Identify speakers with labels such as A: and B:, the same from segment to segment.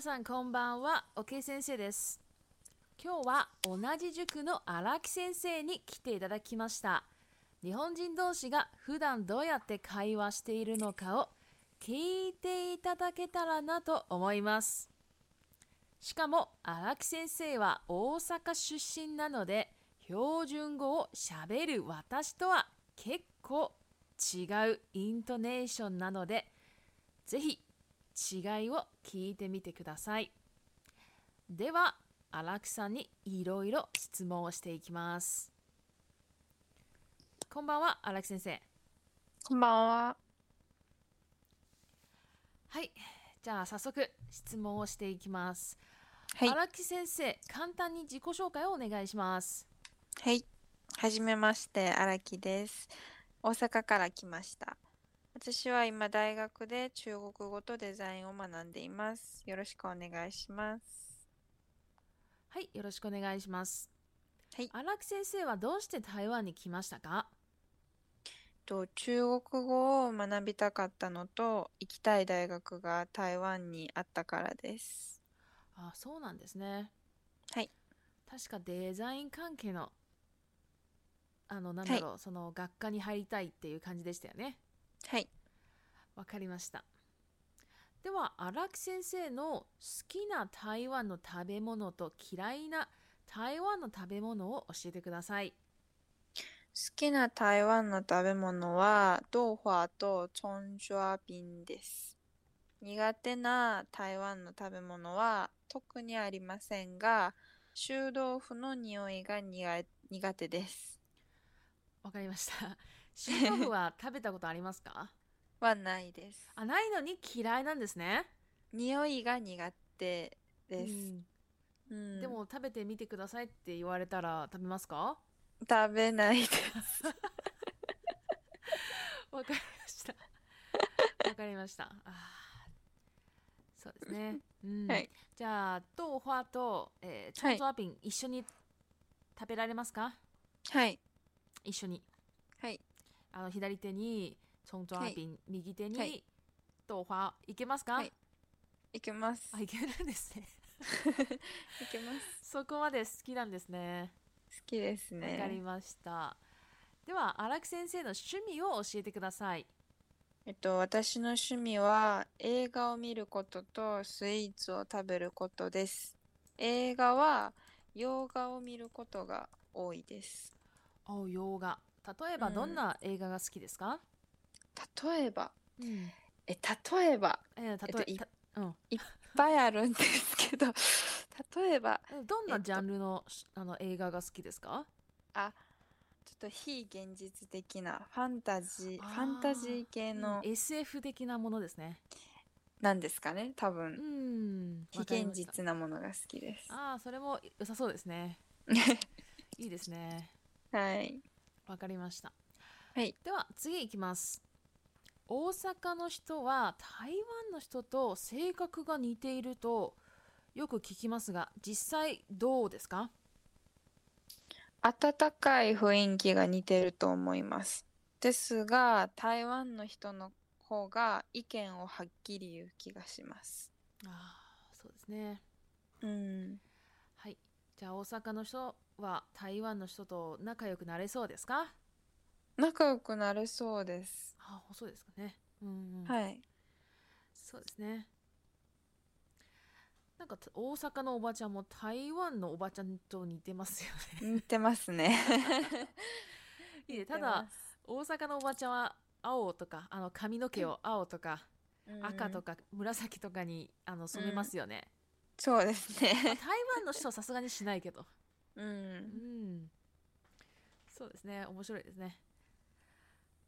A: さんこんばんは、おけい先生です。今日は同じ塾の荒木先生に来ていただきました。日本人同士が普段どうやって会話しているのかを聞いていただけたらなと思います。しかも荒木先生は大阪出身なので標準語をしゃべる私とは結構違うイントネーションなのでぜひ違いを聞いてみてくださいでは荒木さんにいろいろ質問をしていきますこんばんは荒木先生
B: こんばんは。
A: はいじゃあ早速質問をしていきます、
B: はい。
A: 荒木先生簡単に自己紹介をお願いします
B: はい。はじめまして、荒木です。大阪から来ました。私は今大学で中国語とデザインを学んでいます。よろしくお願いします。
A: はいよろしくお願いします
B: はい
A: 荒木先生はどうして台湾に来ましたか
B: と、中国語を学びたかったのと、行きたい大学が台湾にあったからです。
A: あそうなんですね
B: はい
A: 確かデザイン関係のあのなんだろう、その学科に入りたいっていう感じでしたよね
B: はい。
A: わかりましたでは荒木先生の好きな台湾の食べ物と嫌いな台湾の食べ物を教えてください
B: 好きな台湾の食べ物は豆花とチョンジュアビンです。苦手な台湾の食べ物は特にありませんが、臭豆腐の匂いが苦い、苦手です。
A: わかりました 臭豆腐は食べたことありますか
B: はないです。
A: あないのに嫌いなんですね
B: 匂いが苦手で
A: う
B: す。
A: ん
B: うん、
A: でも食べてみてくださいって言われたら食べますか
B: 食べないです。
A: わかりま した。わかりました。あーそうですね。うん、
B: はい
A: じゃあ、豆花と、えー、チ
B: は
A: ョ
B: い
A: ンゾアピン、一緒に食べられますか
B: はい。
A: 一緒に。
B: はい。
A: あの左手にチョンゾアピン、右手に、
B: はい
A: 豆花、いけますか、
B: はいいけます。
A: あ、いけるんですね。
B: いけます。
A: そこまで好きなんですね。
B: 好きです
A: わかり
B: ね。
A: ました。では、荒木先生の趣味を教えてください。
B: えっと、私の趣味は映画を見ることとスイーツを食べることです。映画は洋画を見ることが多いです。
A: お洋画。例えば、
B: うん
A: どんな映画が好きですか、
B: 例えば、
A: うん
B: え、例えば、
A: えー、
B: えっと
A: 例え
B: い
A: たうん
B: いっぱいあるんですけど、例えば、
A: えー、どん
B: え
A: な
B: っと
A: ジャンルの,、あの映画が好きですか
B: あ、ちょっと非現実的なファンタジー、
A: あ
B: フ
A: ー
B: ァンタジー系の、
A: うん SF 的なものですね。
B: なんですかね、多
A: う
B: 分、
A: ん。
B: 非
A: わかりま
B: 現
A: した
B: 実なものが好きです。
A: ああ、それも良さそうですね。いいですね。
B: はい。
A: わかりました。
B: はい。
A: では次いきます。大阪の人は台湾の人と性格が似ているとよく聞きますが、実際どうですか
B: 温かい雰囲気が似てると思います。ですが、台湾の人の方が意見をはっきり言う気がします。
A: ああ、そうですね。
B: うん。
A: はい。じゃあ大阪の人は台湾の人と仲良くなれそうですか
B: 仲良くなれそうです。
A: あ、そうですかね。うん、うん。
B: はい。
A: そうですね。なんか大阪のおばちゃんも台湾のおばちゃんと似てますよね。
B: 似てますね。
A: いいね
B: 似て
A: た
B: ま
A: だ
B: す、
A: 大阪のおばちゃんは青とかあの髪の毛を青とか赤
B: う
A: と
B: ん。
A: か紫とかにあの染めますよね。
B: そうです
A: まあ
B: ね。
A: 台湾の人はさすがにしないけど。
B: う。
A: うんん。そうですね。面白いですね。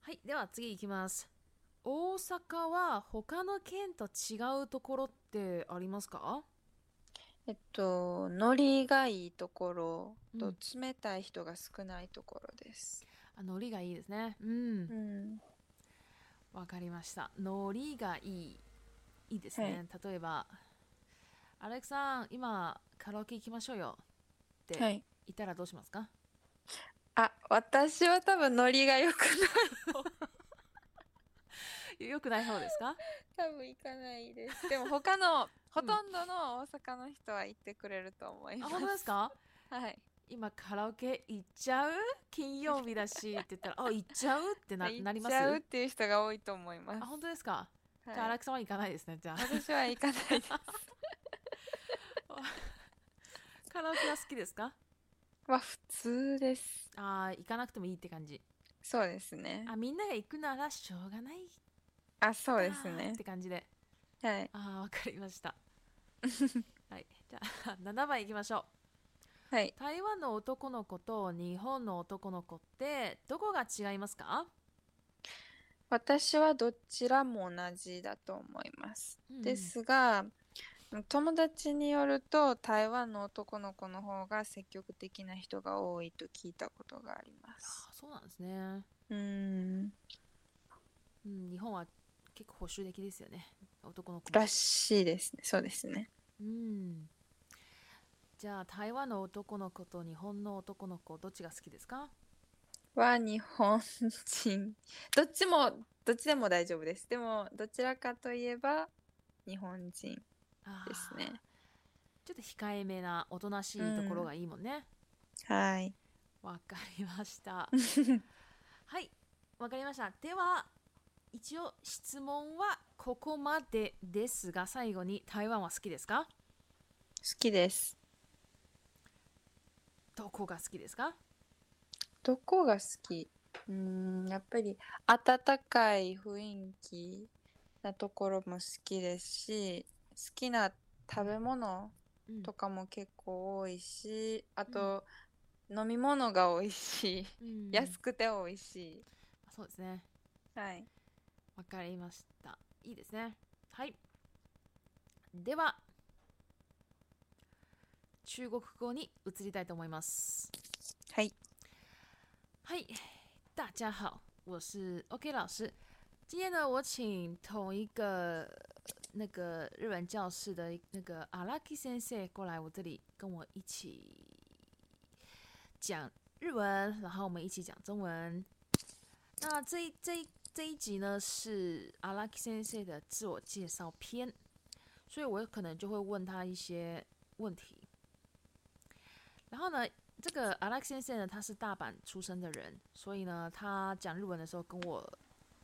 A: はい。では次行きます。大阪は他の県と違うところってありますか
B: えっと、ノリがいいところ
A: う
B: と
A: ん
B: 冷たい人が少ないところです。
A: あ、ノリがいいですね。うん
B: う。ん。
A: わかりました。ノリがいい。いいですね。例えば、アレクさん、今カラオケ行きましょうよって
B: は
A: 言
B: い。
A: ったらどうしますか、
B: あ、私は多分ノリが良くない。
A: よくない方ですか
B: 多分行かないです。でも他のほとんどの大阪の人は言ってくれると 思い
A: あ
B: ます。
A: 本当ですか
B: はい。
A: 今カラオケ行っちゃう金曜日だしって言ったらあ行っちゃうって ななります
B: 行っちゃうっていう人が多いと思います
A: あ。本当ですか、
B: はい
A: じゃあ荒木さんは行かないですねじゃあ
B: 私は行かない です。
A: カラオケは好きですか
B: は普通です。
A: あー行かなくてもいいって感じ
B: そうですね。
A: あみんなが行くならしょうがない
B: あ、そう
A: か
B: ですね
A: っ。て感じで
B: はい。
A: あーわかりました はいじゃあ7番行きましょう
B: はい。
A: 台湾の男の子と日本の男の子ってどこが違いますか、
B: 私はどちらも同じだと思います。
A: うん
B: ですが、友達によると台湾の男の子の方が積極的な人が多いと聞いたことがありま
A: あ
B: す。
A: ーそうなんですね、
B: うーん、
A: うん、日本は結構保守的ですよね男の子も
B: らしいですね。そうですね。
A: うんじゃあ台湾の男の子と日本の男の子どっちが好きですか
B: は日本人。 どっちも、どっちでも大丈夫です。でも、どちらかといえば日本人
A: あー
B: ですね。
A: ちょっと控えめなおとなしいところがいいもんね
B: はい。
A: わ、かりました はいわかりましたでは一応質問はここまでですが最後に台湾は好きですか
B: 好きです。
A: どこが好きですか
B: どこが好きうーん、やっぱり温かい雰囲気なところも好きですし、好きな食べ物
A: うん
B: とかも結構多いし、あと、飲み物が美味しい。
A: うん
B: 安くて美味しい。
A: そうですね
B: はい。
A: わかりました。いいですね。はい。では、中国語に移りたいと思います。
B: はい。
A: 嗨，大家好，我是 OK 老师。今天呢，我请同一个呃那个日文教室的那个阿拉基先生过来我这里跟我一起讲日文，然后我们一起讲中文。那这一这一这一集呢是阿拉基先生的自我介绍篇，所以我可能就会问他一些问题。然后呢，这个 Alex 先生呢，他是大阪出生的人，所以呢，他讲日文的时候跟我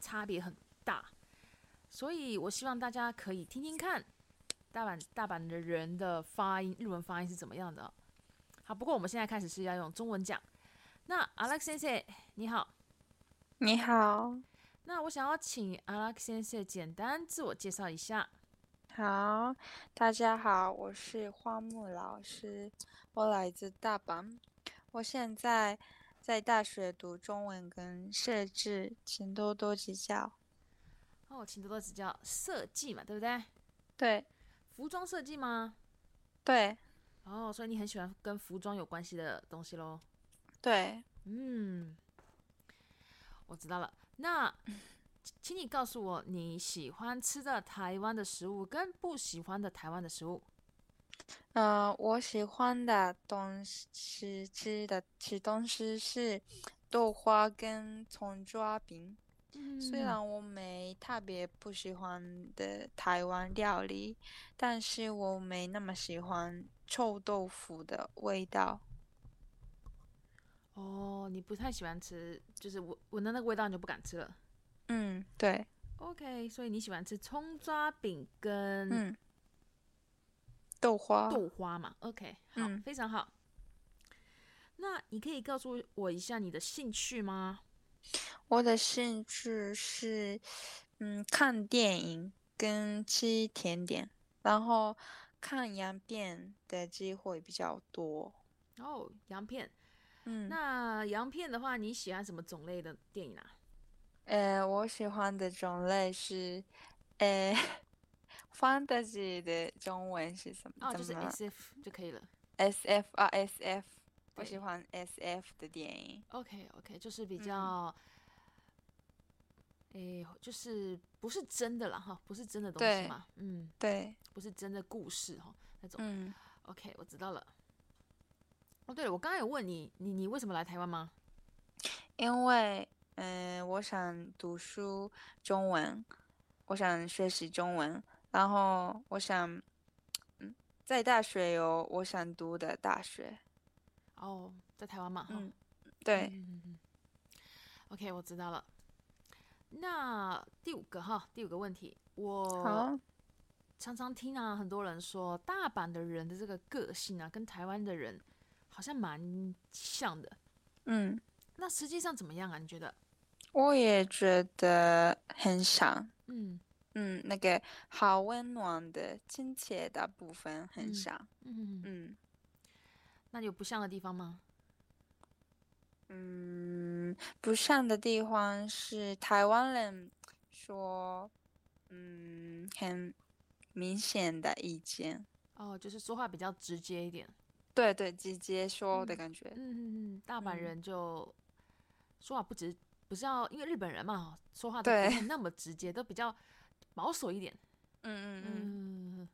A: 差别很大，所以我希望大家可以听听看大阪大阪的人的发音，日文发音是怎么样的。好，不过我们现在开始是要用中文讲。那 Alex 先生你好，
B: 你好。
A: 那我想要请 Alex 先生简单自我介绍一下。
B: 好，大家好，我是花木老师，我来自大阪，我现在在大学读中文跟设置，请多多指教。
A: 哦，请多多指教。设计嘛，对不对？
B: 对
A: 服装设计吗？
B: 对
A: 哦，所以你很喜欢跟服装有关系的东西喽。
B: 对，
A: 嗯，我知道了。那请请你告诉我你喜欢吃的台湾的食物跟不喜欢的台湾的食物。
B: 呃，我喜欢的东西吃的吃东西是豆花跟葱抓饼。
A: 嗯
B: 虽然我没特别不喜欢的台湾料理，但是我没那么喜欢臭豆腐的味道。
A: 哦，你不太喜欢吃，就是我闻到那个味道你就不敢吃了。
B: 嗯，对，
A: OK，所以你喜欢吃葱抓饼跟
B: 嗯，豆花，
A: 豆花嘛？OK，好，
B: 嗯
A: 非常好。那你可以告诉我一下你的兴趣吗？
B: 我的兴趣是，嗯，看电影跟吃甜点，然后看洋片的机会比较多。
A: 哦，洋片。
B: 嗯，
A: 那洋片的话，你喜欢什么种类的电影啊？
B: 呃，我喜欢的种类是，呃，fantasy 的中文是 E 什么？
A: 哦，
B: 怎
A: 就是
B: 么
A: SF 就可以了。
B: SF 啊，SF，我喜
A: 对
B: 欢 SF 的电影。
A: OK OK，就是比
B: 嗯
A: 较，诶、就是不是真的啦哈，不是真的东西
B: 对
A: 嘛，嗯，
B: 对，
A: 不是真的故事哈那种。
B: 嗯，
A: OK，我知道了。哦，对了，我刚刚有问你，你你为什么来台湾吗？
B: 因为嗯、呃我想读书中文，我想学习中文，然后我想嗯在大学有我想读的大学。
A: 哦，在台湾嘛，哈
B: 嗯，对，
A: 嗯嗯嗯嗯 OK，我知道了。那第五个哈，第五个问题，我
B: 好，
A: 常常听啊，很多人说大阪的人的这个个性啊，跟台湾的人好像蛮像的。
B: 嗯。
A: 那实际上怎么样啊？你觉得？
B: 我也觉得很想，
A: 嗯
B: 嗯，那个好温暖的、亲切的部分很
A: 嗯
B: 想，
A: 嗯，嗯
B: 嗯
A: 那有不像的地方吗？
B: 嗯，不像的地方是台湾人说，嗯，很明显的意见，
A: 哦，就是说话比较直接一点。
B: 对对，直接说的
A: 嗯
B: 感觉，
A: 嗯，嗯嗯大阪
B: 嗯
A: 人就说话不直，不是要因为日本人嘛，说话都
B: 对
A: 不是那么直接，都比较保守一点。
B: 嗯嗯
A: 嗯，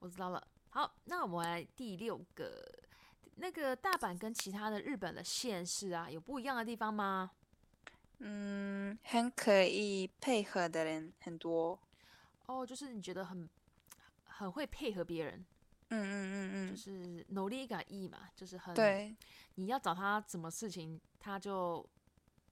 A: 我知道了。好，那我们来第六个，那个大阪跟其他的日本的县市啊，有不一样的地方吗？
B: 嗯嗯，很可以配合的人很多，
A: 哦，就是你觉得很很会配合别人，
B: 嗯嗯嗯
A: 就
B: 嗯，
A: 是努力感意嘛，就是很
B: 对。
A: 你要找他什么事情，他就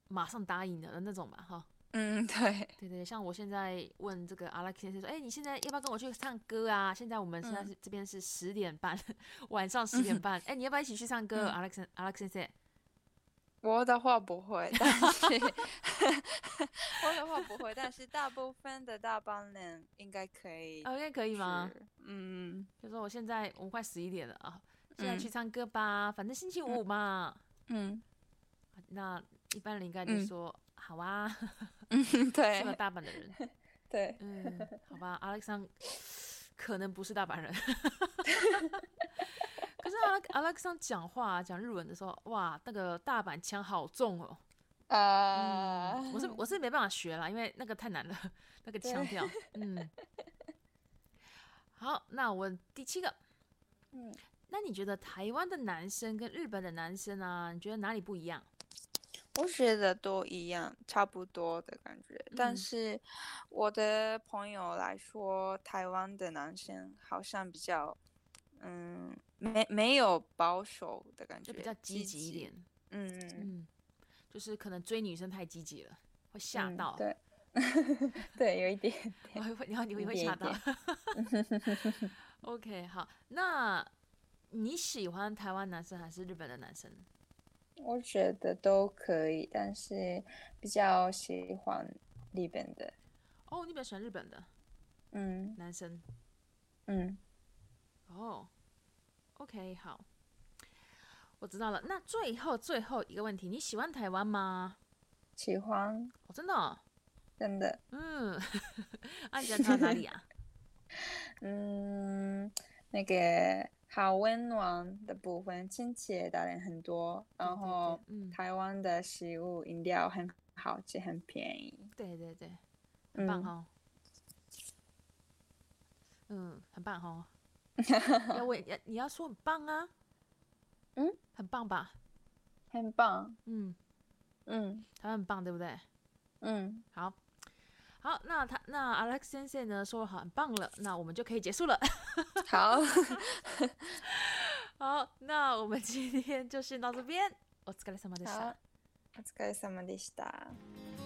A: 马上答应的那种嘛，哈。
B: 嗯， 对，
A: 对对，像我现在问这个阿拉克先生说，哎，你现在要不要跟我去唱歌啊？现在我们现在
B: 嗯
A: 是、这边是十点半， 晚上十点 半，哎，你要不要一起去唱歌？
B: 嗯
A: 阿拉克阿拉克先生，
B: 我的话不会，但 是 我的话不会，但是大部分的大班人应该可以
A: 哦，应该可以
B: 是，
A: 吗？
B: 嗯
A: 就说我现在我们快十一点了啊，现在去
B: 嗯
A: 唱歌吧，反正星期五嘛。
B: 嗯
A: 那一般人应该就
B: 嗯
A: 说、好啊，
B: 嗯，
A: 是
B: 对
A: 个大阪的 人。
B: 对，
A: 嗯，好吧，阿拉克桑可能不是大阪 人，可是阿拉阿拉克桑讲话讲日文的时候，哇，那个大阪腔好重哦。
B: 啊
A: 嗯，我是我是没办法学啦，因为那个太难了， 那个腔调。 嗯，好，那我第七个，
B: 嗯，
A: 那你觉得台湾的男生跟日本的男生啊，你觉得哪里不一样？
B: 我觉得都一样，差不多的感觉。但
A: 嗯
B: 是我的朋友来说，台湾的男生好像比较，嗯，没没有保守的感
A: 就
B: 觉，
A: 比较积
B: 积
A: 极一
B: 极，
A: 点，
B: 嗯嗯。嗯
A: 嗯，就是可能追女生太积极了，会吓
B: 嗯，
A: 到，
B: 对， 对，有一点
A: 我
B: 点，
A: 会会，你会你会
B: 一点
A: 吓
B: 一
A: 到
B: 点。
A: OK，好，那你喜欢台湾男生还是日本的男生？
B: 我觉得都可以，但是比较喜欢日本的，
A: 哦，你比较喜欢日本的
B: 嗯
A: 男生。
B: 嗯
A: 哦，OK，好，我知道了。那最后最后一个问题，你喜欢台湾吗？
B: 喜欢，
A: 哦，真的哦、
B: 真的，
A: 嗯， 啊，你喜欢台湾哪里啊？
B: 嗯，那个好温暖的部分，亲切的人很多， 然
A: 对对对
B: 后
A: 嗯
B: 台湾的食物饮料很好吃，很便宜，
A: 对对对，很棒
B: 嗯
A: 哦。嗯，很棒 哦。要问，要你要说很棒啊。
B: 嗯，
A: 很棒吧？
B: 很棒，
A: 嗯，
B: 嗯
A: 台湾很棒，对不对？
B: 嗯，
A: 好，好，那他那 Alex 先生呢说好很棒了，那我们就可以结束了。
B: 好，
A: 好，那我们今天就先到这边。お疲れ様でした
B: 好。お疲れ様でした。